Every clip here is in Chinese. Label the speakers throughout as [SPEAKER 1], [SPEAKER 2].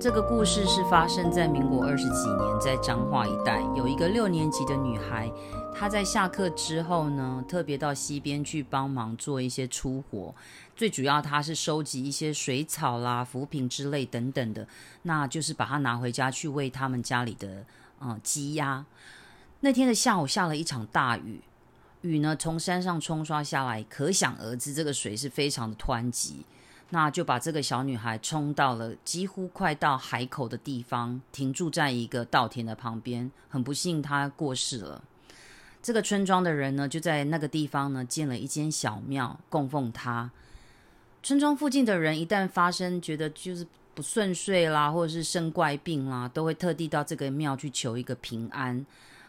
[SPEAKER 1] 这个故事是发生在民国二十几年，在彰化一带，有一个六年级的女孩，她在下课之后呢，特别到溪边去帮忙做一些粗活，最主要她是收集一些水草啦、浮萍之类等等的，那就是把它拿回家去喂他们家里的呃鸡鸭。那天的下午下了一场大雨，雨呢从山上冲刷下来，可想而知这个水是非常的湍急。那就把这个小女孩冲到了几乎快到海口的地方，停住在一个稻田的旁边。很不幸，她过世了。这个村庄的人呢，就在那个地方呢建了一间小庙，供奉她。村庄附近的人一旦发生觉得就是不顺遂啦，或者是生怪病啦，都会特地到这个庙去求一个平安。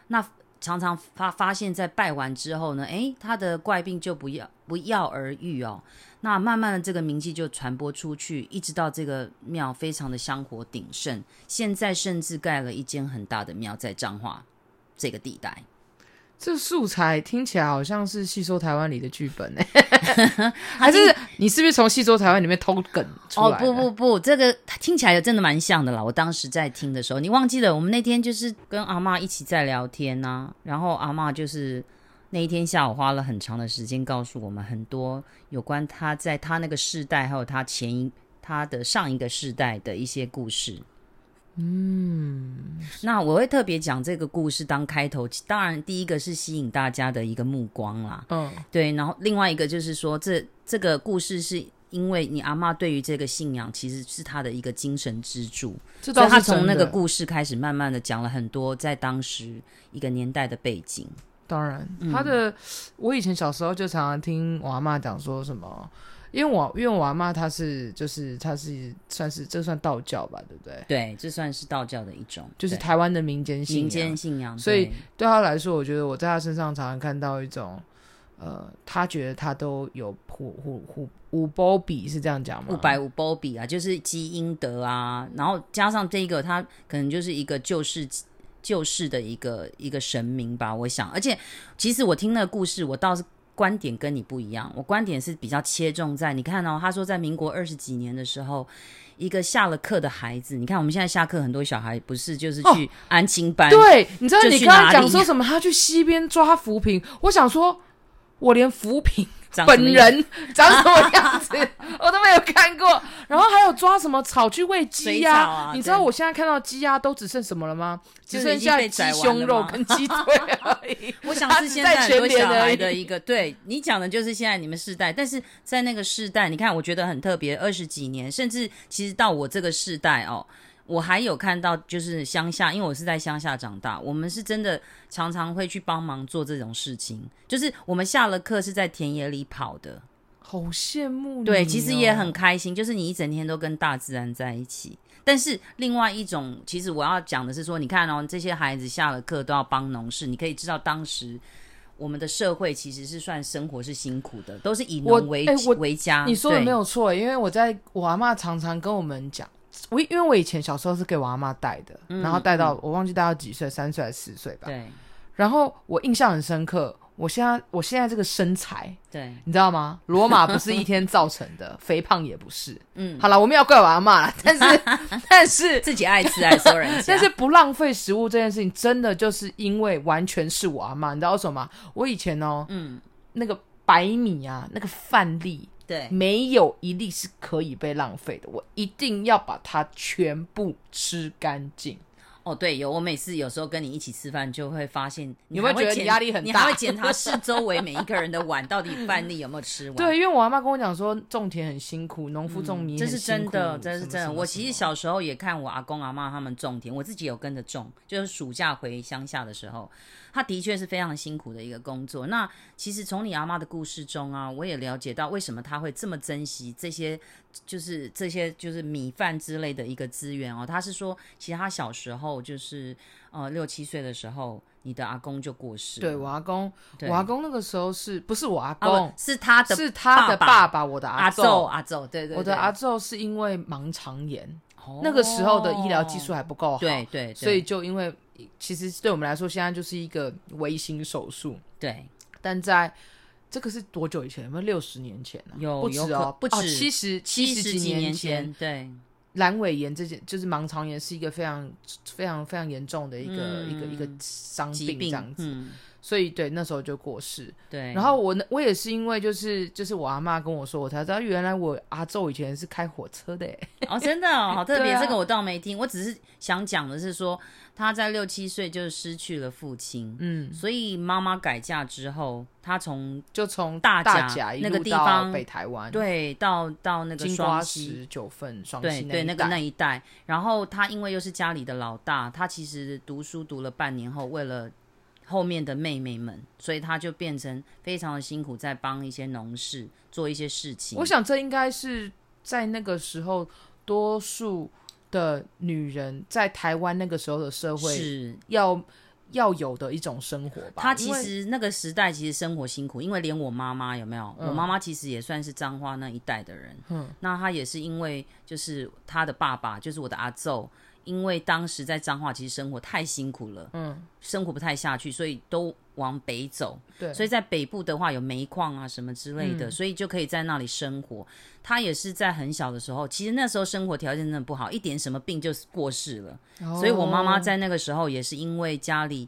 [SPEAKER 1] 那常常发发现，在拜完之后呢，诶，他的怪病就不药不药而愈哦。那慢慢的，这个名气就传播出去，一直到这个庙非常的香火鼎盛，现在甚至盖了一间很大的庙在彰化这个地带。
[SPEAKER 2] 这素材听起来好像是《吸收台湾》里的剧本 哎、还是你是不是从《吸收台湾》里面偷梗出来
[SPEAKER 1] 哦，
[SPEAKER 2] 的？
[SPEAKER 1] 不不不，这个它听起来真的蛮像的啦。我当时在听的时候，你忘记了，我们那天就是跟阿嬷一起在聊天呐、然后阿嬷就是那一天下午花了很长的时间告诉我们很多有关她在她那个世代，还有她前一她的上一个世代的一些故事。嗯，那我会特别讲这个故事当开头，当然第一个是吸引大家的一个目光啦。
[SPEAKER 2] 嗯，
[SPEAKER 1] 对，然后另外一个就是说，这这个故事是因为你阿嬷对于这个信仰其实是她的一个精神支柱，
[SPEAKER 2] 这
[SPEAKER 1] 所
[SPEAKER 2] 倒
[SPEAKER 1] 以
[SPEAKER 2] 是
[SPEAKER 1] 她从
[SPEAKER 2] 真的
[SPEAKER 1] 那个故事开始，慢慢的讲了很多在当时一个年代的背景。
[SPEAKER 2] 当然，
[SPEAKER 1] 嗯
[SPEAKER 2] 他的我以前小时候就常常听我阿妈讲说什么，因为我因为我阿妈她是就是她是算是这算道教吧，对不对？
[SPEAKER 1] 对，这算是道教的一种，
[SPEAKER 2] 就是
[SPEAKER 1] 对
[SPEAKER 2] 台湾的民间信仰。
[SPEAKER 1] 民间信仰。
[SPEAKER 2] 所以
[SPEAKER 1] 对
[SPEAKER 2] 对他来说，我觉得我在他身上常常看到一种，呃，他觉得他都有虎虎虎五波比是这样讲吗？
[SPEAKER 1] 五百五波比啊，就是基因德啊，然后加上这个，他可能就是一个救世救世的一个一个神明吧，我想。而且，其实我听那个故事，我倒是观点跟你不一样，我观点是比较切中在你看哦，他说在民国二十几年的时候。一个下了课的孩子，你看我们现在下课，很多小孩不是就是去安亲班，
[SPEAKER 2] 哦对，你知道
[SPEAKER 1] 就
[SPEAKER 2] 你
[SPEAKER 1] 去
[SPEAKER 2] 刚
[SPEAKER 1] 哪
[SPEAKER 2] 刚讲
[SPEAKER 1] 里
[SPEAKER 2] 说什么？他去溪边抓浮萍，我想说，我连浮萍
[SPEAKER 1] 长什么
[SPEAKER 2] 本
[SPEAKER 1] 样
[SPEAKER 2] 人长什么样子 我都没有看过。然后还有抓什么草去喂鸡
[SPEAKER 1] 水
[SPEAKER 2] 呀、
[SPEAKER 1] 草啊
[SPEAKER 2] 你知道
[SPEAKER 1] 对
[SPEAKER 2] 我现在看到鸡鸭都只剩什么了吗？只
[SPEAKER 1] 就是已
[SPEAKER 2] 剩
[SPEAKER 1] 经
[SPEAKER 2] 下
[SPEAKER 1] 被
[SPEAKER 2] 鸡
[SPEAKER 1] 宰完
[SPEAKER 2] 胸
[SPEAKER 1] 了
[SPEAKER 2] 肉
[SPEAKER 1] 吗
[SPEAKER 2] 跟鸡腿而
[SPEAKER 1] 。
[SPEAKER 2] 已
[SPEAKER 1] 我想
[SPEAKER 2] 他
[SPEAKER 1] 是
[SPEAKER 2] 只
[SPEAKER 1] 现
[SPEAKER 2] 在
[SPEAKER 1] 在很
[SPEAKER 2] 全
[SPEAKER 1] 多
[SPEAKER 2] 联
[SPEAKER 1] 小
[SPEAKER 2] 而
[SPEAKER 1] 孩
[SPEAKER 2] 已
[SPEAKER 1] 的一个，对你讲的就是现在你们世代，但是在那个世代，你看，我觉得很特别，二十几年，甚至其实到我这个世代哦，我还有看到就是乡下，因为我是在乡下长大，我们是真的常常会去帮忙做这种事情，就是我们下了课是在田野里跑的，
[SPEAKER 2] 好羡慕你、哦
[SPEAKER 1] 对，其实
[SPEAKER 2] 嗯
[SPEAKER 1] 也很。开心，就是你一整天都跟大自然在一起。但是另外一种，其实我要讲的是说，你看哦，这些孩子下了课都要帮农事，你可以知道当时我们的社会其实是算生活是辛苦的，都是以
[SPEAKER 2] 我
[SPEAKER 1] 农为、
[SPEAKER 2] 哎我
[SPEAKER 1] 为家。
[SPEAKER 2] 你说的
[SPEAKER 1] 啊对
[SPEAKER 2] 没？有错，因为我在我阿妈常常跟我们讲，我因为我以前小时候是给我阿妈带的，
[SPEAKER 1] 嗯
[SPEAKER 2] 然后带到、我忘记带到几岁，三岁还是四岁吧。
[SPEAKER 1] 对
[SPEAKER 2] 然后我印象很深刻，我现在我现在这个身材，
[SPEAKER 1] 对，
[SPEAKER 2] 你知道吗？罗马不是一天造成的，肥胖也不是。
[SPEAKER 1] 嗯，啊
[SPEAKER 2] 好了，我们要怪我阿 妈啦，但是但是
[SPEAKER 1] 自己爱吃爱说人家，
[SPEAKER 2] 但是不浪费食物这件事情，真的就是因为完全是我阿妈，你知道为什么吗？我以前哦，
[SPEAKER 1] 嗯，
[SPEAKER 2] 那个白米啊，那个饭粒。
[SPEAKER 1] 对
[SPEAKER 2] 没有一粒是可以被浪费的，我一定要把它全部吃干净。
[SPEAKER 1] 哦，对，有我每次有时候跟你一起吃饭，就会发现你
[SPEAKER 2] 有没
[SPEAKER 1] 还
[SPEAKER 2] 有
[SPEAKER 1] 会
[SPEAKER 2] 觉得你
[SPEAKER 1] 检
[SPEAKER 2] 压力很
[SPEAKER 1] 你
[SPEAKER 2] 大
[SPEAKER 1] 还会检查四周围每一个人的碗到底饭粒有没有 吃完。
[SPEAKER 2] 对，因为我阿妈跟我讲说，种田很辛苦，农夫种米
[SPEAKER 1] 嗯这
[SPEAKER 2] 很
[SPEAKER 1] 是
[SPEAKER 2] 辛
[SPEAKER 1] 真
[SPEAKER 2] 苦
[SPEAKER 1] 的，这是
[SPEAKER 2] 什么
[SPEAKER 1] 真
[SPEAKER 2] 什
[SPEAKER 1] 的。
[SPEAKER 2] 么
[SPEAKER 1] 我
[SPEAKER 2] 什
[SPEAKER 1] 其实
[SPEAKER 2] 么
[SPEAKER 1] 小时候也看我阿公阿妈他们种田，我自己有跟着种，就是暑假回乡下的时候，他的确是非常辛苦的一个工作。那其实从你阿妈的故事中啊，我也了解到为什么他会这么珍惜这些，就是这些就是米饭之类的一个资源哦。他是说，其实他小时候就是呃六七岁的时候，你的阿公就过世了，
[SPEAKER 2] 对我阿公，
[SPEAKER 1] 对
[SPEAKER 2] 我阿公那个时候是不是我阿
[SPEAKER 1] 啊
[SPEAKER 2] 公
[SPEAKER 1] 不？是他的
[SPEAKER 2] 是他的
[SPEAKER 1] 爸
[SPEAKER 2] 爸爸，我的
[SPEAKER 1] 阿
[SPEAKER 2] 昼。
[SPEAKER 1] 阿昼，对对对，
[SPEAKER 2] 我的阿昼是因为盲肠炎，
[SPEAKER 1] 哦
[SPEAKER 2] 那个时候的医疗技术还不够好，
[SPEAKER 1] 对对，对
[SPEAKER 2] 所以就因为其实对我们来说，现在就是一个微型手术，
[SPEAKER 1] 对。
[SPEAKER 2] 但在这个是多久以前？有没有六十年前啊？
[SPEAKER 1] 有
[SPEAKER 2] 不止
[SPEAKER 1] 有可
[SPEAKER 2] 哦，
[SPEAKER 1] 不止
[SPEAKER 2] 七十
[SPEAKER 1] 七
[SPEAKER 2] 十
[SPEAKER 1] 十几
[SPEAKER 2] 年
[SPEAKER 1] 前，对，
[SPEAKER 2] 阑尾炎这件就是盲肠炎是一个非常非常非常严重的一个、一个一个伤
[SPEAKER 1] 嗯疾
[SPEAKER 2] 病这样子，
[SPEAKER 1] 嗯，
[SPEAKER 2] 所以对那时候就过世。
[SPEAKER 1] 对。
[SPEAKER 2] 然后我呢我也是因为就是就是我阿妈跟我说，我才知道原来我阿昼以前是开火车的耶，欸
[SPEAKER 1] 哦，真的、哦、好特别，
[SPEAKER 2] 对啊
[SPEAKER 1] 这个我倒没听，我只是想讲的是说，他在六七岁就失去了父亲，
[SPEAKER 2] 嗯，
[SPEAKER 1] 所以妈妈改嫁之后，他从
[SPEAKER 2] 就从
[SPEAKER 1] 大甲
[SPEAKER 2] 大甲一
[SPEAKER 1] 那
[SPEAKER 2] 路
[SPEAKER 1] 个地
[SPEAKER 2] 到
[SPEAKER 1] 方
[SPEAKER 2] 北台湾，，
[SPEAKER 1] 对到到那个
[SPEAKER 2] 金
[SPEAKER 1] 双
[SPEAKER 2] 瓜
[SPEAKER 1] 溪，
[SPEAKER 2] 石、九份、双
[SPEAKER 1] 对
[SPEAKER 2] 溪
[SPEAKER 1] 对，那
[SPEAKER 2] 一
[SPEAKER 1] 个
[SPEAKER 2] 带
[SPEAKER 1] 那一带。然后他因为又是家里的老大，他其实读书读了半年后，为了后面的妹妹们，所以他就变成非常的辛苦，在帮一些农事做一些事情。
[SPEAKER 2] 我想这应该是在那个时候多数的女人在台湾那个时候的社会
[SPEAKER 1] 是
[SPEAKER 2] 要要有的一种生活吧。
[SPEAKER 1] 他其
[SPEAKER 2] 因为
[SPEAKER 1] 实那个时代其实生活辛苦，因为连我妈妈有没有？
[SPEAKER 2] 嗯
[SPEAKER 1] 我妈妈其实也算是彰化那一代的人。嗯，那她也是因为就是她的爸爸，就是我的阿奏，因为当时在彰化其实生活太辛苦了，
[SPEAKER 2] 嗯，
[SPEAKER 1] 生活不太下去，所以都往北走。
[SPEAKER 2] 对，
[SPEAKER 1] 所以在北部的话有煤矿啊什么之类的，
[SPEAKER 2] 嗯
[SPEAKER 1] 所以就可以在那里生活。她也是在很小的时候，其实那时候生活条件真的不好，一点什么病就过世了。所以我妈
[SPEAKER 2] 哦
[SPEAKER 1] 妈在那个时候也是因为家里。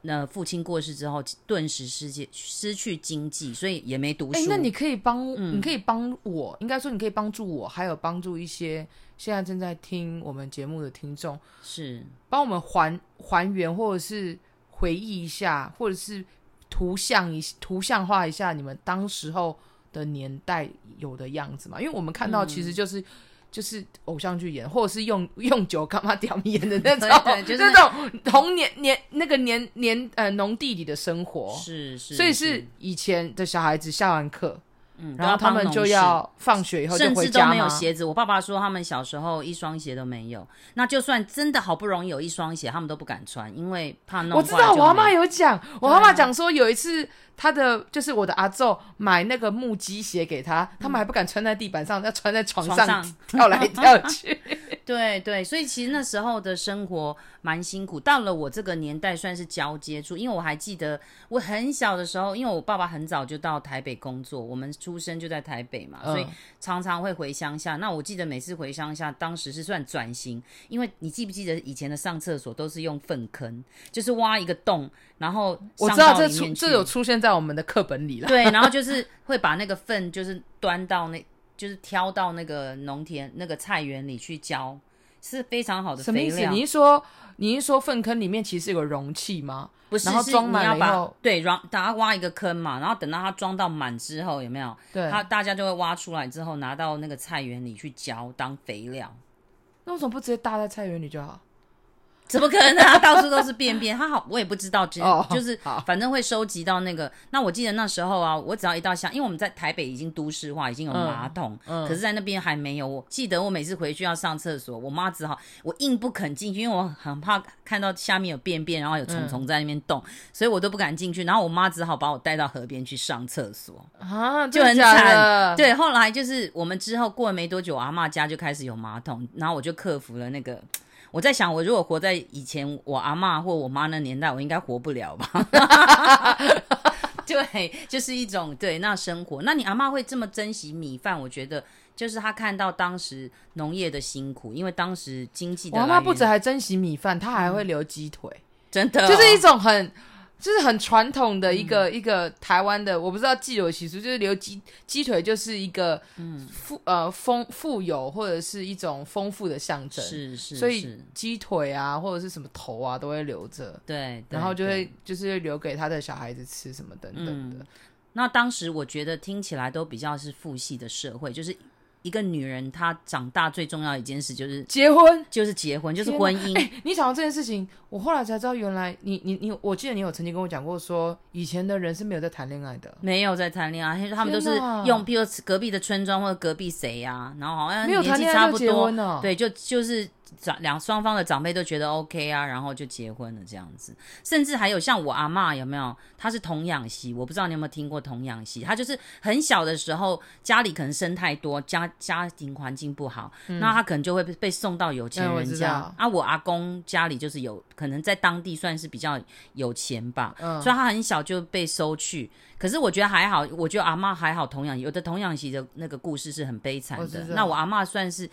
[SPEAKER 1] 那父亲过世之后，顿时失去失去经济，所以也没读书。嗯
[SPEAKER 2] 哎、那你可以帮，你可以帮我，应该说你可以帮助我，还有帮助一些现在正在听我们节目的听众，
[SPEAKER 1] 是
[SPEAKER 2] 帮我们还还原或者是回忆一下，或者是图像一图像化一下你们当时候的年代有的样子嘛？因为我们看到
[SPEAKER 1] 嗯
[SPEAKER 2] 其实就是。就是偶像剧演，或者是用 用酒干嘛屌演的那种，
[SPEAKER 1] 对 对就是
[SPEAKER 2] 那种童年年那个年年呃农地里的生活，
[SPEAKER 1] 是是，
[SPEAKER 2] 哦所以是以前的小孩子下完课，
[SPEAKER 1] 嗯，
[SPEAKER 2] 然后他们就要放学以后就
[SPEAKER 1] 甚
[SPEAKER 2] 回
[SPEAKER 1] 至都
[SPEAKER 2] 家
[SPEAKER 1] 没有
[SPEAKER 2] 吗？
[SPEAKER 1] 鞋子。我爸爸说他们小时候一双鞋都没有，那就算真的好不容易有一双鞋，他们都不敢穿，因为怕弄坏。
[SPEAKER 2] 我知道，
[SPEAKER 1] 就
[SPEAKER 2] 我阿
[SPEAKER 1] 没
[SPEAKER 2] 妈有讲，
[SPEAKER 1] 啊
[SPEAKER 2] 我阿妈讲说有一次她的就是我的阿昼买那个木屐鞋给她，他们还不敢穿在地板上，要穿在床
[SPEAKER 1] 嗯床
[SPEAKER 2] 上
[SPEAKER 1] 上
[SPEAKER 2] 跳来跳 去。
[SPEAKER 1] 对对，所以其实那时候的生活蛮辛苦。到了我这个年代，算是交接处，因为我还记得我很小的时候，因为我爸爸很早就到台北工作，我们出生就在台北嘛，所以
[SPEAKER 2] 嗯
[SPEAKER 1] 常常会回乡下。那我记得每次回乡下，当时是算转型，因为你记不记得以前的上厕所都是用粪坑，就是挖一个洞，然后
[SPEAKER 2] 我
[SPEAKER 1] 上
[SPEAKER 2] 知道
[SPEAKER 1] 到
[SPEAKER 2] 这
[SPEAKER 1] 里
[SPEAKER 2] 出
[SPEAKER 1] 面
[SPEAKER 2] 这
[SPEAKER 1] 去
[SPEAKER 2] 有出现在我们的课本 里了。
[SPEAKER 1] 对，然后就是会把那个粪就是端到那，就是挑到那个农田那个菜园里去浇，是非常好的
[SPEAKER 2] 什么
[SPEAKER 1] 肥
[SPEAKER 2] 意思？
[SPEAKER 1] 料。
[SPEAKER 2] 你是说你是说粪坑里面其实有个容器吗？
[SPEAKER 1] 不是，
[SPEAKER 2] 然后
[SPEAKER 1] 是
[SPEAKER 2] 装
[SPEAKER 1] 你
[SPEAKER 2] 满
[SPEAKER 1] 要
[SPEAKER 2] 了以
[SPEAKER 1] 把
[SPEAKER 2] 后
[SPEAKER 1] 对，让大家挖一个坑嘛，然后等到它装到满之后，有没有？
[SPEAKER 2] 对，
[SPEAKER 1] 它大家就会挖出来之后，拿到那个菜园里去浇当肥料。
[SPEAKER 2] 那为什么不直接搭在菜园里就好？
[SPEAKER 1] 怎么可能啊？到处都是便便，他好，我也不知道，真
[SPEAKER 2] 哦
[SPEAKER 1] 就是
[SPEAKER 2] 好
[SPEAKER 1] 反正会收集到那个。那我记得那时候啊，我只要一到乡，因为我们在台北已经都市化，已经有马桶，
[SPEAKER 2] 嗯
[SPEAKER 1] 可是在那边还没有。我记得我每次回去要上厕所，我妈只好我硬不肯进去，因为我很怕看到下面有便便，然后有虫虫在那边动，所以我都不敢进去。然后我妈只好把我带到河边去上厕所。
[SPEAKER 2] 啊，
[SPEAKER 1] 就很
[SPEAKER 2] 真的假
[SPEAKER 1] 惨。
[SPEAKER 2] 的，
[SPEAKER 1] 对，后来就是我们之后过了没多久，我阿嬷家就开始有马桶，然后我就克服了那个。我在想，我如果活在以前我阿嬷或我妈那年代，我应该活不了吧？ 对，就是一种对那生活。那你阿嬷会这么珍惜米饭？我觉得就是她看到当时农业的辛苦，因为当时经济的
[SPEAKER 2] 我阿妈
[SPEAKER 1] 来
[SPEAKER 2] 不
[SPEAKER 1] 源
[SPEAKER 2] 止还珍惜米饭，她还会留鸡腿。
[SPEAKER 1] 真的哦、
[SPEAKER 2] 就是一种很就是很传统的一个、
[SPEAKER 1] 嗯
[SPEAKER 2] 一个台湾的，我不知道既有习俗，就是留鸡鸡腿就是一个
[SPEAKER 1] 嗯
[SPEAKER 2] 富、呃丰富有或者是一种丰富的象征，
[SPEAKER 1] 是是，
[SPEAKER 2] 所以
[SPEAKER 1] 是
[SPEAKER 2] 鸡腿啊或者是什么头啊都会留着。
[SPEAKER 1] 对，
[SPEAKER 2] 然后
[SPEAKER 1] 对
[SPEAKER 2] 就
[SPEAKER 1] 对嗯
[SPEAKER 2] 会就是留给他的小孩子吃什么等等的，
[SPEAKER 1] 那当时我觉得听起来都比较是父系的社会，就是一个女人她长大最重要的一件事就是
[SPEAKER 2] 结婚。
[SPEAKER 1] 就是结婚，就是婚姻。
[SPEAKER 2] 哎、你讲到这件事情，我后来才知道，原来你你你，我记得你有曾经跟我讲过说以前的人是没有在谈恋爱的，
[SPEAKER 1] 没有在谈恋爱，他们都
[SPEAKER 2] 天
[SPEAKER 1] 是
[SPEAKER 2] 哪
[SPEAKER 1] 用，比如隔壁的村庄或者隔壁谁呀、然后好像
[SPEAKER 2] 没有
[SPEAKER 1] 年
[SPEAKER 2] 谈
[SPEAKER 1] 纪
[SPEAKER 2] 恋
[SPEAKER 1] 差
[SPEAKER 2] 爱
[SPEAKER 1] 不
[SPEAKER 2] 就结
[SPEAKER 1] 多
[SPEAKER 2] 婚，了、
[SPEAKER 1] 对，就就是长两双方的长辈都觉得 OK 啊，然后就结婚了这样子。甚至还有像我阿嬷有没有？她是童养媳，我不知道你有没有听过童养媳。她就是很小的时候家里可能生太多，家家庭环境不好，那她可能就会被被送到有钱
[SPEAKER 2] 嗯嗯我
[SPEAKER 1] 人
[SPEAKER 2] 知
[SPEAKER 1] 家。
[SPEAKER 2] 道
[SPEAKER 1] 啊，我阿公家里就是有可能在当地算是比较有钱吧，
[SPEAKER 2] 嗯
[SPEAKER 1] 所以她很小就被收去。可是我觉得还好，我觉得阿嬷还好，童养有的童养媳的那个故事是很悲惨
[SPEAKER 2] 我
[SPEAKER 1] 的
[SPEAKER 2] 知。道
[SPEAKER 1] 那我阿嬷算是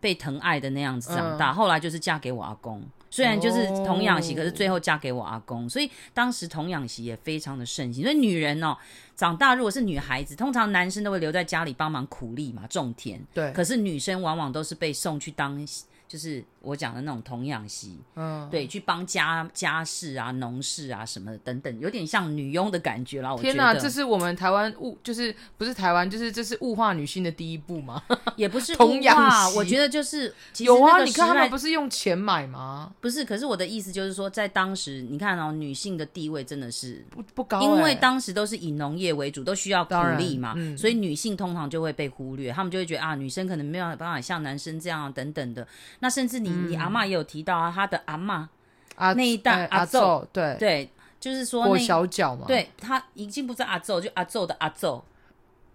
[SPEAKER 1] 被疼爱的那样子长大。后来就是嫁给我阿公，虽然就是童养媳，
[SPEAKER 2] 嗯哦
[SPEAKER 1] 可是最后嫁给我阿公，所以当时童养媳也非常的盛行。所以女人哦，长大如果是女孩子，通常男生都会留在家里帮忙苦力嘛，种田。
[SPEAKER 2] 对，
[SPEAKER 1] 可是女生往往都是被送去当，就是我讲的那种童养媳，
[SPEAKER 2] 嗯，
[SPEAKER 1] 对，去帮家家事啊、农事啊什么的等等，有点像女佣的感觉啦。我觉
[SPEAKER 2] 天
[SPEAKER 1] 得
[SPEAKER 2] 这是我们台湾物，就是不是台湾，就是这是物化女性的第一步吗？
[SPEAKER 1] 也不是
[SPEAKER 2] 童养
[SPEAKER 1] 物化
[SPEAKER 2] 媳
[SPEAKER 1] 我觉得就是 其实
[SPEAKER 2] 有
[SPEAKER 1] 那
[SPEAKER 2] 啊，
[SPEAKER 1] 个
[SPEAKER 2] 你看
[SPEAKER 1] 时
[SPEAKER 2] 他
[SPEAKER 1] 代
[SPEAKER 2] 们不是用钱买吗？
[SPEAKER 1] 不是，可是我的意思就是说，在当时你看哦，女性的地位真的是。
[SPEAKER 2] 不不高欸、
[SPEAKER 1] 因为当时都是以农业为主，都需要苦
[SPEAKER 2] 当然
[SPEAKER 1] 力嘛，
[SPEAKER 2] 嗯
[SPEAKER 1] 所以女性通常就会被忽略，她们就会觉得啊，女生可能没有办法像男生这样、啊、等等的。那甚至你、
[SPEAKER 2] 嗯
[SPEAKER 1] 你阿嬷也有提到啊，她的阿嬷
[SPEAKER 2] 阿
[SPEAKER 1] 那一代
[SPEAKER 2] 哎
[SPEAKER 1] 阿
[SPEAKER 2] 阿
[SPEAKER 1] 奏
[SPEAKER 2] 奏对
[SPEAKER 1] 对，就是说
[SPEAKER 2] 裹
[SPEAKER 1] 那
[SPEAKER 2] 小脚嘛，
[SPEAKER 1] 对他已经不是阿奏，就阿奏的阿奏。
[SPEAKER 2] 哦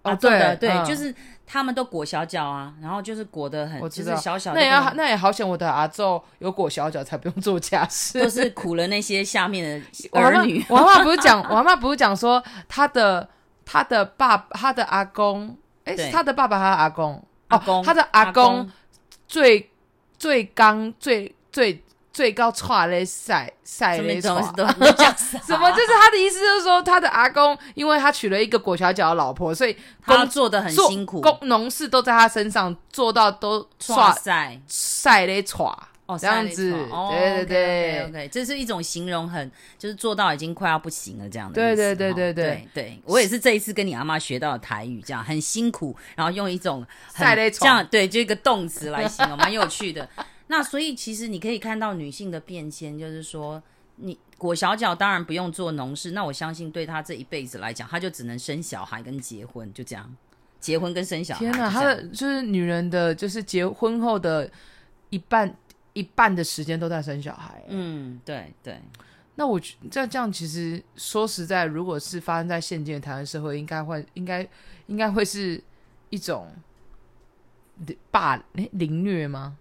[SPEAKER 1] 阿奏的
[SPEAKER 2] 对
[SPEAKER 1] 对，
[SPEAKER 2] 嗯
[SPEAKER 1] 就是他们都裹小脚啊，然后就是裹得很，
[SPEAKER 2] 我
[SPEAKER 1] 就
[SPEAKER 2] 知
[SPEAKER 1] 是
[SPEAKER 2] 道
[SPEAKER 1] 小小的
[SPEAKER 2] 那也
[SPEAKER 1] 那
[SPEAKER 2] 要
[SPEAKER 1] 种，
[SPEAKER 2] 那也好险，我的阿奏有裹小脚才不用做家事。
[SPEAKER 1] 都是苦了那些下面的
[SPEAKER 2] 我阿哦
[SPEAKER 1] 儿
[SPEAKER 2] 妈
[SPEAKER 1] 女。
[SPEAKER 2] 我阿妈不是讲，我阿妈不是讲说他的他的爸他的阿公，哎、
[SPEAKER 1] 对
[SPEAKER 2] 是他的爸爸还是阿公？
[SPEAKER 1] 阿公，
[SPEAKER 2] 哦、他的
[SPEAKER 1] 阿
[SPEAKER 2] 阿公最最刚最最最高跨嘞赛赛
[SPEAKER 1] 什么
[SPEAKER 2] 嘞
[SPEAKER 1] 东
[SPEAKER 2] 踹
[SPEAKER 1] 西都你讲啥
[SPEAKER 2] 什么？就是他的意思，就是说他的阿公，因为他娶了一个裹小脚的老婆，所以
[SPEAKER 1] 他
[SPEAKER 2] 工
[SPEAKER 1] 做的很
[SPEAKER 2] 做
[SPEAKER 1] 辛苦，
[SPEAKER 2] 工农事都在他身上做到都
[SPEAKER 1] 哇
[SPEAKER 2] 耍
[SPEAKER 1] 塞，
[SPEAKER 2] 晒嘞耍，
[SPEAKER 1] 哦，
[SPEAKER 2] 这样子，对对对。
[SPEAKER 1] o k 这是一种形容很，就是做到已经快要不行了这样的意
[SPEAKER 2] 对
[SPEAKER 1] 思
[SPEAKER 2] 对对
[SPEAKER 1] 哈
[SPEAKER 2] 对对
[SPEAKER 1] 对对，我也是这一次跟你阿妈学到的台语，这样很辛苦，然后用一种很
[SPEAKER 2] 晒勒
[SPEAKER 1] 这
[SPEAKER 2] 床
[SPEAKER 1] 样对，就一个动词来形容，蛮有趣的。那所以其实你可以看到女性的变迁，就是说你裹小脚当然不用做农事，那我相信对她这一辈子来讲，她就只能生小孩跟结婚，就这样，结婚跟生小孩。
[SPEAKER 2] 天
[SPEAKER 1] 哪，
[SPEAKER 2] 呐，她的就是女人的，就是结婚后的一半一半的时间都在生小孩。
[SPEAKER 1] 嗯，对对，
[SPEAKER 2] 那我觉这样这样，其实说实在，如果是发生在现今的台湾社会，应该会应该应该会是一种霸诶凌虐吗？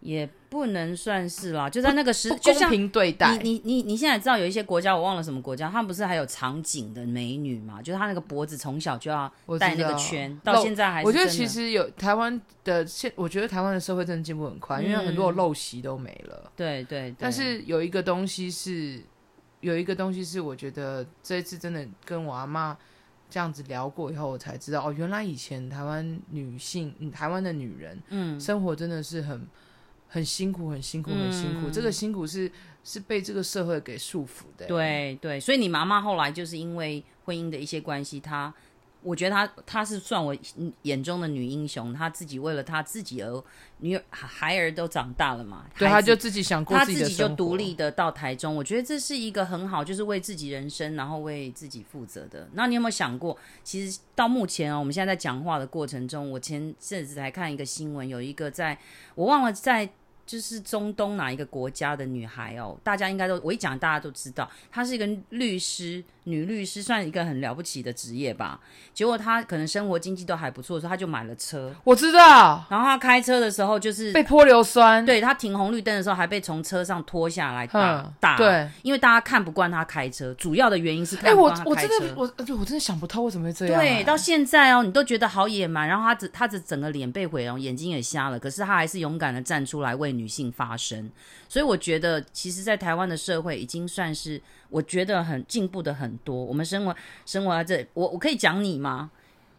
[SPEAKER 1] 也不能算是啦，就在那个时
[SPEAKER 2] 不，
[SPEAKER 1] 就
[SPEAKER 2] 公
[SPEAKER 1] 像
[SPEAKER 2] 平对待。
[SPEAKER 1] 你你你你现在知道有一些国家，我忘了什么国家，他们不是还有长颈的美女嘛？就是她那个脖子从小就要
[SPEAKER 2] 我知
[SPEAKER 1] 戴那个
[SPEAKER 2] 道
[SPEAKER 1] 圈，
[SPEAKER 2] 露
[SPEAKER 1] 到现在还是
[SPEAKER 2] 我觉得
[SPEAKER 1] 真的
[SPEAKER 2] 其实有台湾的现，我觉得台湾的社会真的进步很快，因为很多
[SPEAKER 1] 嗯
[SPEAKER 2] 陋习都没了。
[SPEAKER 1] 对对对，
[SPEAKER 2] 但是有一个东西是，有一个东西是，我觉得这一次真的跟我阿妈这样子聊过以后，我才知道哦，原来以前台湾女性，嗯、台湾的女人，
[SPEAKER 1] 嗯
[SPEAKER 2] 生活真的是很很辛苦，很辛苦，很辛
[SPEAKER 1] 嗯
[SPEAKER 2] 苦。这个辛苦是是被这个社会给束缚的。，欸
[SPEAKER 1] 对对，所以你妈妈后来就是因为婚姻的一些关系，她我觉得她她是算我眼中的女英雄，她自己为了她自己而女孩儿都长大了嘛，
[SPEAKER 2] 对，
[SPEAKER 1] 孩
[SPEAKER 2] 她
[SPEAKER 1] 子
[SPEAKER 2] 就自己想过
[SPEAKER 1] 他
[SPEAKER 2] 己
[SPEAKER 1] 自
[SPEAKER 2] 的
[SPEAKER 1] 己就
[SPEAKER 2] 生活，
[SPEAKER 1] 独立的到台中，我觉得这是一个很好，就是为自己人生，然后为自己负责的。那你有没有想过，其实到目前啊、我们现在在讲话的过程中，我前阵子才看一个新闻，有一个在我忘了在就是中东哪一个国家的女孩哦，大家应该都我一讲大家都知道，她是一个律师，女律师算一个很了不起的职业吧。结果她可能生活经济都还不错，所以她就买了车，
[SPEAKER 2] 我知道
[SPEAKER 1] 然后她开车的时候就是
[SPEAKER 2] 被泼硫酸，
[SPEAKER 1] 对他停红绿灯的时候，还被从车上拖下来打
[SPEAKER 2] 嗯
[SPEAKER 1] 打，
[SPEAKER 2] 对，
[SPEAKER 1] 因为大家看不惯他开车，主要的原因是
[SPEAKER 2] 哎、
[SPEAKER 1] 看不
[SPEAKER 2] 我
[SPEAKER 1] 惯他
[SPEAKER 2] 我
[SPEAKER 1] 开
[SPEAKER 2] 真
[SPEAKER 1] 车。
[SPEAKER 2] 的我对我真的想不透为什么会这样、
[SPEAKER 1] 对，
[SPEAKER 2] 哎
[SPEAKER 1] 到现在哦，你都觉得好野蛮，然后他只他只整个脸被毁容，眼睛也瞎了，可是他还是勇敢的站出来为女性发声。所以我觉得，其实，在台湾的社会已经算是我觉得很进步的很多。我们生活生活在这，我我可以讲你吗？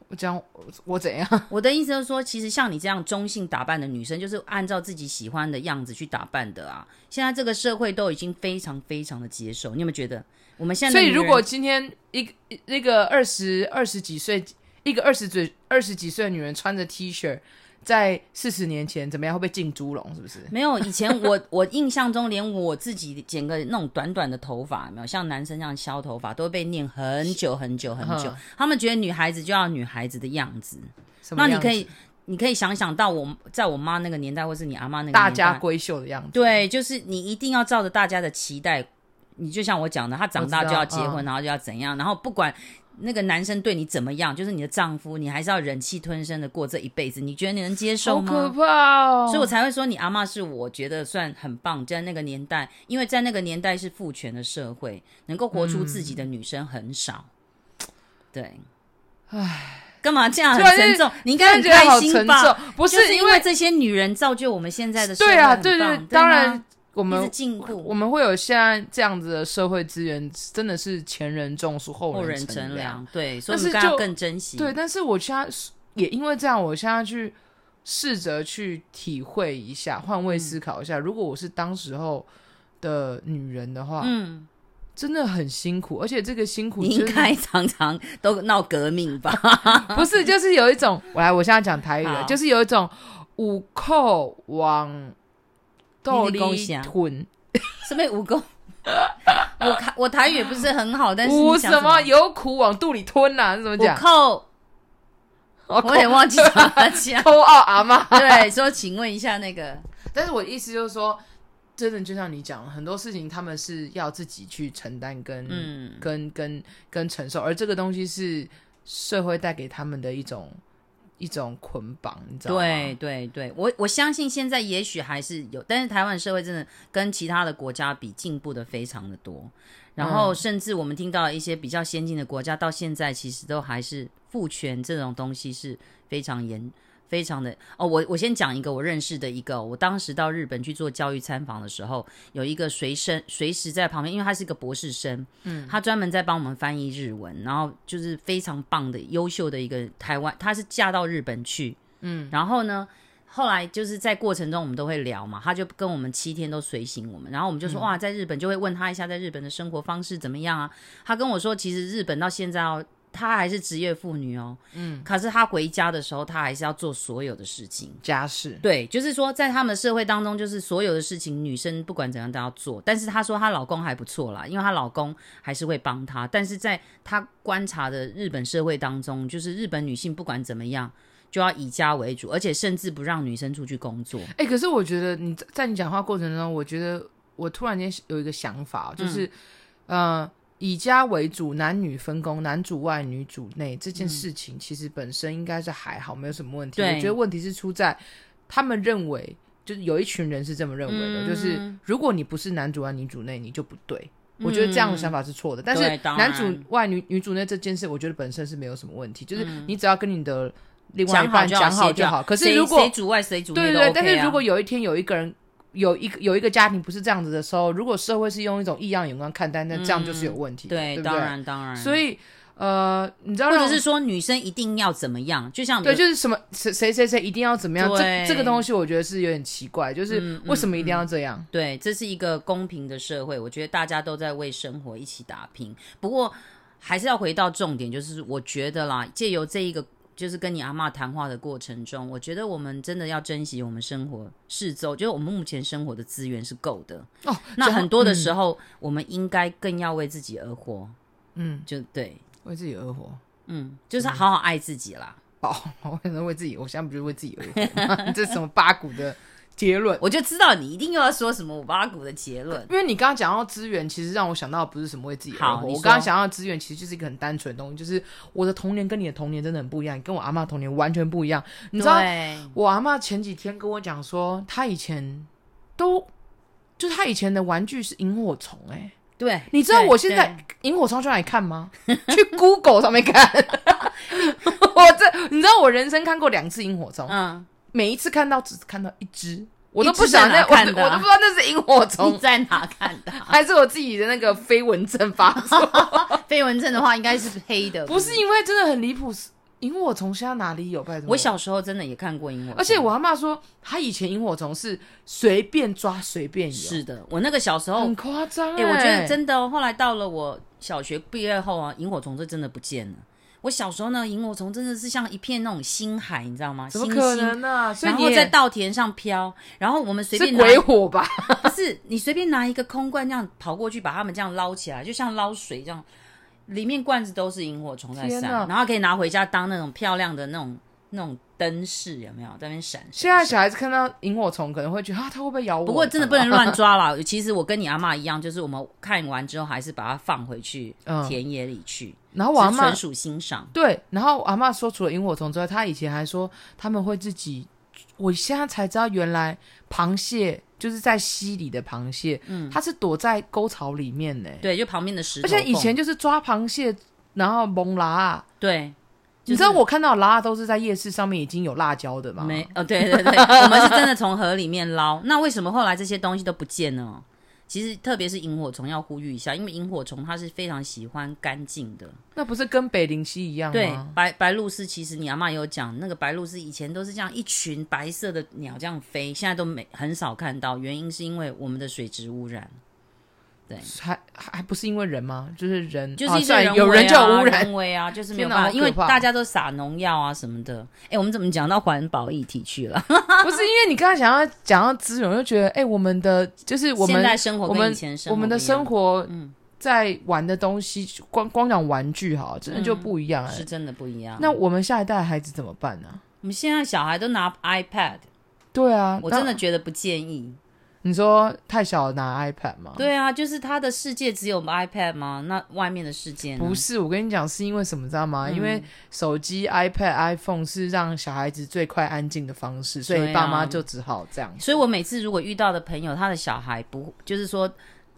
[SPEAKER 2] 我讲我我怎样？
[SPEAKER 1] 我的意思就是说，其实像你这样中性打扮的女生，就是按照自己喜欢的样子去打扮的啊。现在这个社会都已经非常非常的接受，你有没有觉得？我们现在
[SPEAKER 2] 所
[SPEAKER 1] 的
[SPEAKER 2] 以
[SPEAKER 1] 女
[SPEAKER 2] 如
[SPEAKER 1] 人
[SPEAKER 2] 果今天一个一那个二十二十几岁，一个二十岁二十几岁的女人穿着 T 恤，在四十年前怎么样会被进猪笼？是不是？
[SPEAKER 1] 没有以前我我印象中，连我自己剪个那种短短的头发，有没有像男生这样削头发，都会被念很久很久很久
[SPEAKER 2] 嗯。
[SPEAKER 1] 他们觉得女孩子就要女孩子的样子。
[SPEAKER 2] 什
[SPEAKER 1] 那
[SPEAKER 2] 么
[SPEAKER 1] 你
[SPEAKER 2] 样子
[SPEAKER 1] 可以，你可以想想到我在我妈那个年代，或是你阿妈那个年代
[SPEAKER 2] 大家闺秀的样子，
[SPEAKER 1] 对，啊就是你一定要照着大家的期待，你就像我讲的，他长大
[SPEAKER 2] 我知
[SPEAKER 1] 就
[SPEAKER 2] 道嗯
[SPEAKER 1] 要结婚，然后就要怎样，然后不管那个男生对你怎么样，就是你的丈夫，你还是要忍气吞声的过这一辈子。你觉得你能接受
[SPEAKER 2] 好可
[SPEAKER 1] 吗？
[SPEAKER 2] 怕哦！
[SPEAKER 1] 所以我才会说，你阿妈是我觉得算很棒，在那个年代，因为在那个年代是父权的社
[SPEAKER 2] 嗯
[SPEAKER 1] 会，能够活出自己的女生很少。对，唉，干嘛这样很
[SPEAKER 2] 突然间
[SPEAKER 1] 沉重？你应
[SPEAKER 2] 突
[SPEAKER 1] 该
[SPEAKER 2] 然
[SPEAKER 1] 很
[SPEAKER 2] 觉得
[SPEAKER 1] 开
[SPEAKER 2] 好
[SPEAKER 1] 心
[SPEAKER 2] 沉
[SPEAKER 1] 吧？
[SPEAKER 2] 重，不
[SPEAKER 1] 就是
[SPEAKER 2] 因
[SPEAKER 1] 因为这些女人造就我们现在的社会
[SPEAKER 2] 对啊，
[SPEAKER 1] 很
[SPEAKER 2] 对
[SPEAKER 1] 棒
[SPEAKER 2] 对
[SPEAKER 1] 对，，
[SPEAKER 2] 当然。我
[SPEAKER 1] 我
[SPEAKER 2] 们
[SPEAKER 1] 一直进步，
[SPEAKER 2] 我们会有现在这样子的社会资源，真的是前人种树，后
[SPEAKER 1] 后人乘
[SPEAKER 2] 乘凉。
[SPEAKER 1] 凉，对，所以我
[SPEAKER 2] 但
[SPEAKER 1] 们
[SPEAKER 2] 是
[SPEAKER 1] 更要
[SPEAKER 2] 就
[SPEAKER 1] 更珍惜。
[SPEAKER 2] 对，但是我现在也因为这样，我现在去试着去体会一下，换
[SPEAKER 1] 嗯
[SPEAKER 2] 位思考一下，如果我是当时候的女人的话，
[SPEAKER 1] 嗯，
[SPEAKER 2] 真的很辛苦，而且这个辛苦
[SPEAKER 1] 你应
[SPEAKER 2] 真的
[SPEAKER 1] 该 常常都闹革命 吧？
[SPEAKER 2] 不是，就是有一种，我来，我现在讲台语
[SPEAKER 1] 好
[SPEAKER 2] 了，就是有一种五扣往豆
[SPEAKER 1] 你
[SPEAKER 2] 里
[SPEAKER 1] 在讲啥
[SPEAKER 2] 吞，
[SPEAKER 1] 是不是武功？我台我台语也不是很好，但是
[SPEAKER 2] 五
[SPEAKER 1] 你想
[SPEAKER 2] 什么
[SPEAKER 1] 么？
[SPEAKER 2] 有苦往肚里吞呐、啊？是怎么
[SPEAKER 1] 我
[SPEAKER 2] 讲？
[SPEAKER 1] 靠，
[SPEAKER 2] 我
[SPEAKER 1] 我也忘记怎么讲。
[SPEAKER 2] 扣二阿妈。
[SPEAKER 1] 对，说请问一下那个，
[SPEAKER 2] 但是我的意思就是说，真的就像你讲，很多事情他们是要自己去承担跟、
[SPEAKER 1] 嗯，
[SPEAKER 2] 跟跟跟承受，而这个东西是社会带给他们的一种一种捆绑，你知道吗？
[SPEAKER 1] 对对对，我我相信现在也许还是有，但是台湾社会真的跟其他的国家比进步的非常的多，然后甚至我们听到一些比较先进的国家到现在其实都还是父权这种东西是非常严。非常的哦，我我先讲一个我认识的一个哦，我当时到日本去做教育参访的时候，有一个随身随时在旁边，因为他是一个博士生，嗯，他专门在帮我们翻译日文，然后就是非常棒的、优秀的一个台湾，他是嫁到日本去，嗯，然后呢，后来就是在过程中我们都会聊嘛，他就跟我们七天都随行我们，然后我们就说、哇，在日本就会问他一下在日本的生活方式怎么样啊，他跟我说其实日本到现在哦。她还是职业妇女哦，嗯，可是她回家的时候，她还是要做所有的事情，
[SPEAKER 2] 家事。
[SPEAKER 1] 对，就是说，在他们的社会当中，就是所有的事情，女生不管怎样都要做。但是她说她老公还不错啦，因为她老公还是会帮她。但是在她观察的日本社会当中，就是日本女性不管怎么样，就要以家为主，而且甚至不让女生出去工作。
[SPEAKER 2] 哎、可是我觉得你在在你讲话过程中，我觉得我突然间有一个想法哦，就是，
[SPEAKER 1] 嗯
[SPEAKER 2] 呃，以家为主，男女分工，男主外女主内这件事情，其实本身应该是还好，没有什么问题。
[SPEAKER 1] 嗯对
[SPEAKER 2] 我觉得问题是出在他们认为，就是有一群人是这么认为的，就是
[SPEAKER 1] 嗯
[SPEAKER 2] 如果你不是男主外女主内，你就不对。我觉得这样的想法是错的，但是
[SPEAKER 1] 对当然
[SPEAKER 2] 男主外女女主内这件事，我觉得本身是没有什么问题，就是你只要跟你的另外
[SPEAKER 1] 讲
[SPEAKER 2] 一
[SPEAKER 1] 好
[SPEAKER 2] 半
[SPEAKER 1] 就要
[SPEAKER 2] 讲好
[SPEAKER 1] 协
[SPEAKER 2] 就
[SPEAKER 1] 调，
[SPEAKER 2] 好。可是
[SPEAKER 1] 谁
[SPEAKER 2] 如果
[SPEAKER 1] 谁主外谁主内
[SPEAKER 2] 对
[SPEAKER 1] 都
[SPEAKER 2] 对
[SPEAKER 1] OK 啊、
[SPEAKER 2] 对，但是如果有一天有一个人有一个有一个家庭不是这样子的时候，如果社会是用一种异样的眼光看待，那这样就是有问题
[SPEAKER 1] 嗯
[SPEAKER 2] 的，
[SPEAKER 1] 对，
[SPEAKER 2] 对不
[SPEAKER 1] 当
[SPEAKER 2] 对？
[SPEAKER 1] 然当然，
[SPEAKER 2] 所以呃，你知道
[SPEAKER 1] 或者
[SPEAKER 2] 让
[SPEAKER 1] 是说女生一定要怎么样，就像
[SPEAKER 2] 对，
[SPEAKER 1] 有
[SPEAKER 2] 就是什么谁谁谁谁一定要怎么样，
[SPEAKER 1] 对
[SPEAKER 2] 这这个东西我觉得是有点奇怪，就是
[SPEAKER 1] 嗯
[SPEAKER 2] 为什么一定要这样？
[SPEAKER 1] 对，这是一个公平的社会，我觉得大家都在为生活一起打拼。不过还是要回到重点，就是我觉得啦，借由这一个就是跟你阿嬷谈话的过程中，我觉得我们真的要珍惜我们生活四周，就是我们目前生活的资源是够的。
[SPEAKER 2] 哦，
[SPEAKER 1] 那很多的时
[SPEAKER 2] 候，
[SPEAKER 1] 候，我们应该更要为自己而活，
[SPEAKER 2] 嗯，
[SPEAKER 1] 就对，
[SPEAKER 2] 为自己而活。
[SPEAKER 1] 嗯，就是好好爱自己啦。
[SPEAKER 2] 哦， 我可能为自己，我现在不就是为自己而活吗？ 这是什么八股的结论？
[SPEAKER 1] 我就知道你一定又要说什么五八股的结论。
[SPEAKER 2] 因为你刚刚讲到资源，其实让我想到不是什么为自己而
[SPEAKER 1] 好
[SPEAKER 2] 活。
[SPEAKER 1] 你
[SPEAKER 2] 我
[SPEAKER 1] 说
[SPEAKER 2] 刚刚想到的资源，其实就是一个很单纯的东西，就是我的童年跟你的童年真的很不一样，你跟我阿妈童年完全不一样。你知道，
[SPEAKER 1] 对，
[SPEAKER 2] 我阿妈前几天跟我讲说，她以前都就她以前的玩具是萤火虫、欸，哎，
[SPEAKER 1] 对，
[SPEAKER 2] 你知道
[SPEAKER 1] 对
[SPEAKER 2] 我现在
[SPEAKER 1] 对
[SPEAKER 2] 萤火虫去哪里看吗？ 去 Google 上面看。 我这你知道我人生看过两次萤火虫，
[SPEAKER 1] 嗯，
[SPEAKER 2] 每一次看到只看到一只，我
[SPEAKER 1] 一
[SPEAKER 2] 都
[SPEAKER 1] 只
[SPEAKER 2] 不
[SPEAKER 1] 在
[SPEAKER 2] 想那
[SPEAKER 1] 哪
[SPEAKER 2] 我
[SPEAKER 1] 看
[SPEAKER 2] 都
[SPEAKER 1] 的啊
[SPEAKER 2] 我都不知道那是萤火虫
[SPEAKER 1] 你。在哪看的啊？
[SPEAKER 2] 还是我自己的那个飞蚊症发作？
[SPEAKER 1] 飞蚊症的话，应该是黑的，
[SPEAKER 2] 不是因为真的很离谱，是萤火虫现在哪里有？拜托，
[SPEAKER 1] 我，小时候真的也看过萤火虫，
[SPEAKER 2] 而且我阿妈说，她以前萤火虫是随便抓随便有，
[SPEAKER 1] 是的，我那个小时候，
[SPEAKER 2] 很夸张、
[SPEAKER 1] 哎、
[SPEAKER 2] 欸
[SPEAKER 1] 我觉得真的、哦，后来到了我小学毕业后啊，萤火虫就真的不见了。我小时候呢，萤火虫真的是像一片那种星海，你知道吗？
[SPEAKER 2] 怎么
[SPEAKER 1] 星
[SPEAKER 2] 可
[SPEAKER 1] 星？
[SPEAKER 2] 能呢、啊？所以
[SPEAKER 1] 然
[SPEAKER 2] 你
[SPEAKER 1] 后
[SPEAKER 2] 也
[SPEAKER 1] 在稻田上飘，然后我们随
[SPEAKER 2] 是
[SPEAKER 1] 便拿，
[SPEAKER 2] 鬼火吧？
[SPEAKER 1] 不 是你随便拿一个空罐这样跑过去，把它们这样捞起来，就像捞水这样，里面罐子都是萤火虫在
[SPEAKER 2] 天
[SPEAKER 1] 闪，
[SPEAKER 2] 哪
[SPEAKER 1] 然后可以拿回家当那种漂亮的那种那种灯饰，有没有？在那边闪。闪
[SPEAKER 2] 现在小孩子看到萤火虫可能会觉得啊，它会不会咬我？
[SPEAKER 1] 不过真的不能
[SPEAKER 2] 哦
[SPEAKER 1] 乱抓啦。其实我跟你阿妈一样，就是我们看完之后还是把它放回去
[SPEAKER 2] 嗯
[SPEAKER 1] 田野里去，
[SPEAKER 2] 然后我阿
[SPEAKER 1] 是
[SPEAKER 2] 妈
[SPEAKER 1] 纯属欣赏。
[SPEAKER 2] 对，然后我阿妈说，除了萤火虫之外，她以前还说他们会自己。我现在才知道，原来螃蟹就是在溪里的螃蟹，嗯，它是躲在沟槽里面呢、
[SPEAKER 1] 对，就旁边的石头
[SPEAKER 2] 而
[SPEAKER 1] 缝。
[SPEAKER 2] 且以前就是抓螃蟹，然后蒙拉，
[SPEAKER 1] 对
[SPEAKER 2] 啊你
[SPEAKER 1] 就
[SPEAKER 2] 知道
[SPEAKER 1] 是
[SPEAKER 2] 我看到的辣都是在夜市上面已经有辣椒的吗？
[SPEAKER 1] 没，哦，对对对，我们是真的从河里面捞。那为什么后来这些东西都不见呢？其实，特别是萤火虫，要呼吁一下，因为萤火虫它是非常喜欢干净的。
[SPEAKER 2] 那不是跟北灵溪一样
[SPEAKER 1] 对
[SPEAKER 2] 吗？，
[SPEAKER 1] 白白鹭鸶，其实你阿妈有讲，那个白鹭鸶以前都是这样一群白色的鸟这样飞，现在都没很少看到，原因是因为我们的水质污染，
[SPEAKER 2] 还还不是因为人吗？就是人，
[SPEAKER 1] 哦就
[SPEAKER 2] 啊
[SPEAKER 1] 是一些
[SPEAKER 2] 算
[SPEAKER 1] 人、
[SPEAKER 2] 了有人就有污染
[SPEAKER 1] 人，为啊，就是没有
[SPEAKER 2] 天哪
[SPEAKER 1] 办法，
[SPEAKER 2] 好可
[SPEAKER 1] 因为
[SPEAKER 2] 怕
[SPEAKER 1] 大家都撒农药啊什么的。哎，我们怎么讲到环保议题去了？
[SPEAKER 2] 不是因为你刚才想要讲到资源，我就觉得哎、我们的就是 我
[SPEAKER 1] 现
[SPEAKER 2] 们
[SPEAKER 1] 在生活
[SPEAKER 2] 我
[SPEAKER 1] 跟
[SPEAKER 2] 们
[SPEAKER 1] 以前生活
[SPEAKER 2] 我们的
[SPEAKER 1] 不一样嗯
[SPEAKER 2] 生活，在玩的东西，光光讲玩具哈，真的就不一样哎、
[SPEAKER 1] 嗯是真的不一样。
[SPEAKER 2] 那我们下一代的孩子怎么办呢、
[SPEAKER 1] 我们现在小孩都拿 iPad，
[SPEAKER 2] 对啊，
[SPEAKER 1] 我真的
[SPEAKER 2] 那
[SPEAKER 1] 觉得不建议。
[SPEAKER 2] 你说太小拿 iPad 吗？
[SPEAKER 1] 对啊，就是他的世界只有 iPad 吗？那外面的世界呢
[SPEAKER 2] 不是，我跟你讲，是因为什么，知道
[SPEAKER 1] 嗯
[SPEAKER 2] 吗？因为手机、iPad、iPhone 是让小孩子最快安静的方式，所
[SPEAKER 1] 对
[SPEAKER 2] 以
[SPEAKER 1] 啊
[SPEAKER 2] 爸妈就只好这样。
[SPEAKER 1] 所以我每次如果遇到的朋友，他的小孩不就是说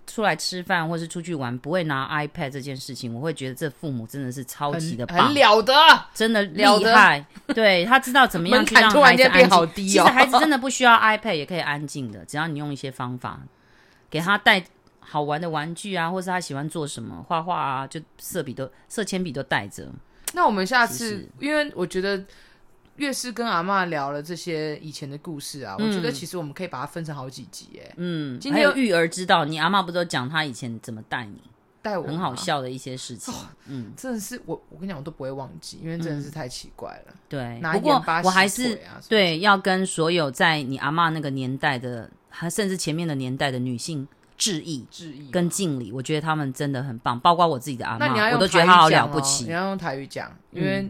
[SPEAKER 1] 出来吃饭或是出去玩不会拿 iPad 这件事情，我会觉得这父母真的是超级的
[SPEAKER 2] 很
[SPEAKER 1] 棒
[SPEAKER 2] 很，了得，啊
[SPEAKER 1] 真的
[SPEAKER 2] 了
[SPEAKER 1] 厉
[SPEAKER 2] 得
[SPEAKER 1] 害。对他知道怎么样
[SPEAKER 2] 门
[SPEAKER 1] 去
[SPEAKER 2] 槛
[SPEAKER 1] 让
[SPEAKER 2] 突然
[SPEAKER 1] 孩子
[SPEAKER 2] 间
[SPEAKER 1] 安
[SPEAKER 2] 变
[SPEAKER 1] 静。
[SPEAKER 2] 好
[SPEAKER 1] 其
[SPEAKER 2] 低
[SPEAKER 1] 实
[SPEAKER 2] 哦。
[SPEAKER 1] 孩子真的不需要 iPad 也可以安静的，只要你用一些方法给他带。好玩的玩具啊，或是他喜欢做什么，画画啊，就色笔都色铅笔都带着。
[SPEAKER 2] 那我们下
[SPEAKER 1] 其
[SPEAKER 2] 次
[SPEAKER 1] 实，
[SPEAKER 2] 因为我觉得越是跟阿嬷聊了这些以前的故事啊，我觉得其实我们可以把它分成好几集，哎，
[SPEAKER 1] 嗯，
[SPEAKER 2] 今
[SPEAKER 1] 还
[SPEAKER 2] 天
[SPEAKER 1] 有育儿之道，你阿嬷不都讲她以前怎么带你，
[SPEAKER 2] 带我
[SPEAKER 1] 很好
[SPEAKER 2] 嘛，
[SPEAKER 1] 笑的一些事情。
[SPEAKER 2] 哦
[SPEAKER 1] 嗯，
[SPEAKER 2] 真的是我，我跟你讲，我都不会忘记，因为真的是太奇怪了。
[SPEAKER 1] 对。
[SPEAKER 2] 拿
[SPEAKER 1] 不过
[SPEAKER 2] 盐巴
[SPEAKER 1] 我还
[SPEAKER 2] 洗
[SPEAKER 1] 是
[SPEAKER 2] 腿啊什么
[SPEAKER 1] 对要跟所有在你阿嬷那个年代的，还甚至前面的年代的女性致意
[SPEAKER 2] 致意嘛。
[SPEAKER 1] 跟敬礼，我觉得她们真的很棒，包括我自己的阿
[SPEAKER 2] 啊那你要
[SPEAKER 1] 嬷，
[SPEAKER 2] 用
[SPEAKER 1] 我都觉得
[SPEAKER 2] 台语
[SPEAKER 1] 她好了
[SPEAKER 2] 讲
[SPEAKER 1] 不
[SPEAKER 2] 哦
[SPEAKER 1] 起嗯
[SPEAKER 2] 你。要用台语讲，因为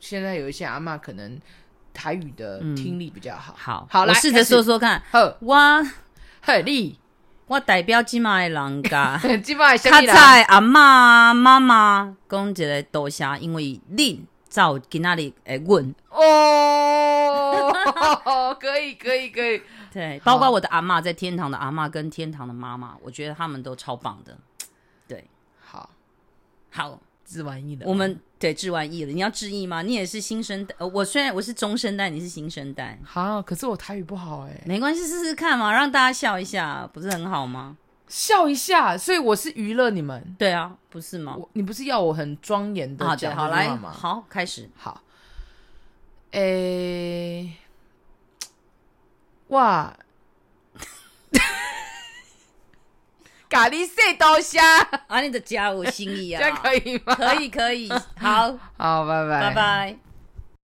[SPEAKER 2] 现在有一些阿嬷可能台语的听力比较好。
[SPEAKER 1] 好，
[SPEAKER 2] 好，
[SPEAKER 1] 我
[SPEAKER 2] 来
[SPEAKER 1] 试着说。说看，
[SPEAKER 2] 开始好，
[SPEAKER 1] 我
[SPEAKER 2] 嘿，你，
[SPEAKER 1] 我代表今麦人家。
[SPEAKER 2] 今摆先
[SPEAKER 1] 较
[SPEAKER 2] 你
[SPEAKER 1] 早
[SPEAKER 2] 来。
[SPEAKER 1] 的阿嬷妈妈讲一个多谢，因为恁才有今仔日诶阮。
[SPEAKER 2] 哦， 可以，可以，可以。
[SPEAKER 1] 对，
[SPEAKER 2] 好
[SPEAKER 1] 包括我的阿嬷在天堂的阿嬷跟天堂的妈妈，我觉得他们都超棒的。
[SPEAKER 2] 好，
[SPEAKER 1] 好，
[SPEAKER 2] 自完意的，
[SPEAKER 1] 我们对致完意了，你要致意吗？你也是新生代，呃我虽然我是中生代，你是新生代，
[SPEAKER 2] 好，可是我台语不好哎，
[SPEAKER 1] 没关系，试试看嘛，让大家笑一下，不是很好吗？
[SPEAKER 2] 笑一下，所以我是娱乐你们。
[SPEAKER 1] 对啊，不是吗？
[SPEAKER 2] 我，你不是要我很庄严的
[SPEAKER 1] 好的，
[SPEAKER 2] 讲
[SPEAKER 1] 啊好
[SPEAKER 2] 这句
[SPEAKER 1] 来，
[SPEAKER 2] 话吗？
[SPEAKER 1] 好开始。
[SPEAKER 2] 好，诶、哇， 咖喱蟹刀虾，
[SPEAKER 1] 啊，你的家有心意
[SPEAKER 2] 这
[SPEAKER 1] 啊，
[SPEAKER 2] 样可以吗？
[SPEAKER 1] 可以可以，好，
[SPEAKER 2] 好，拜拜，
[SPEAKER 1] 拜拜。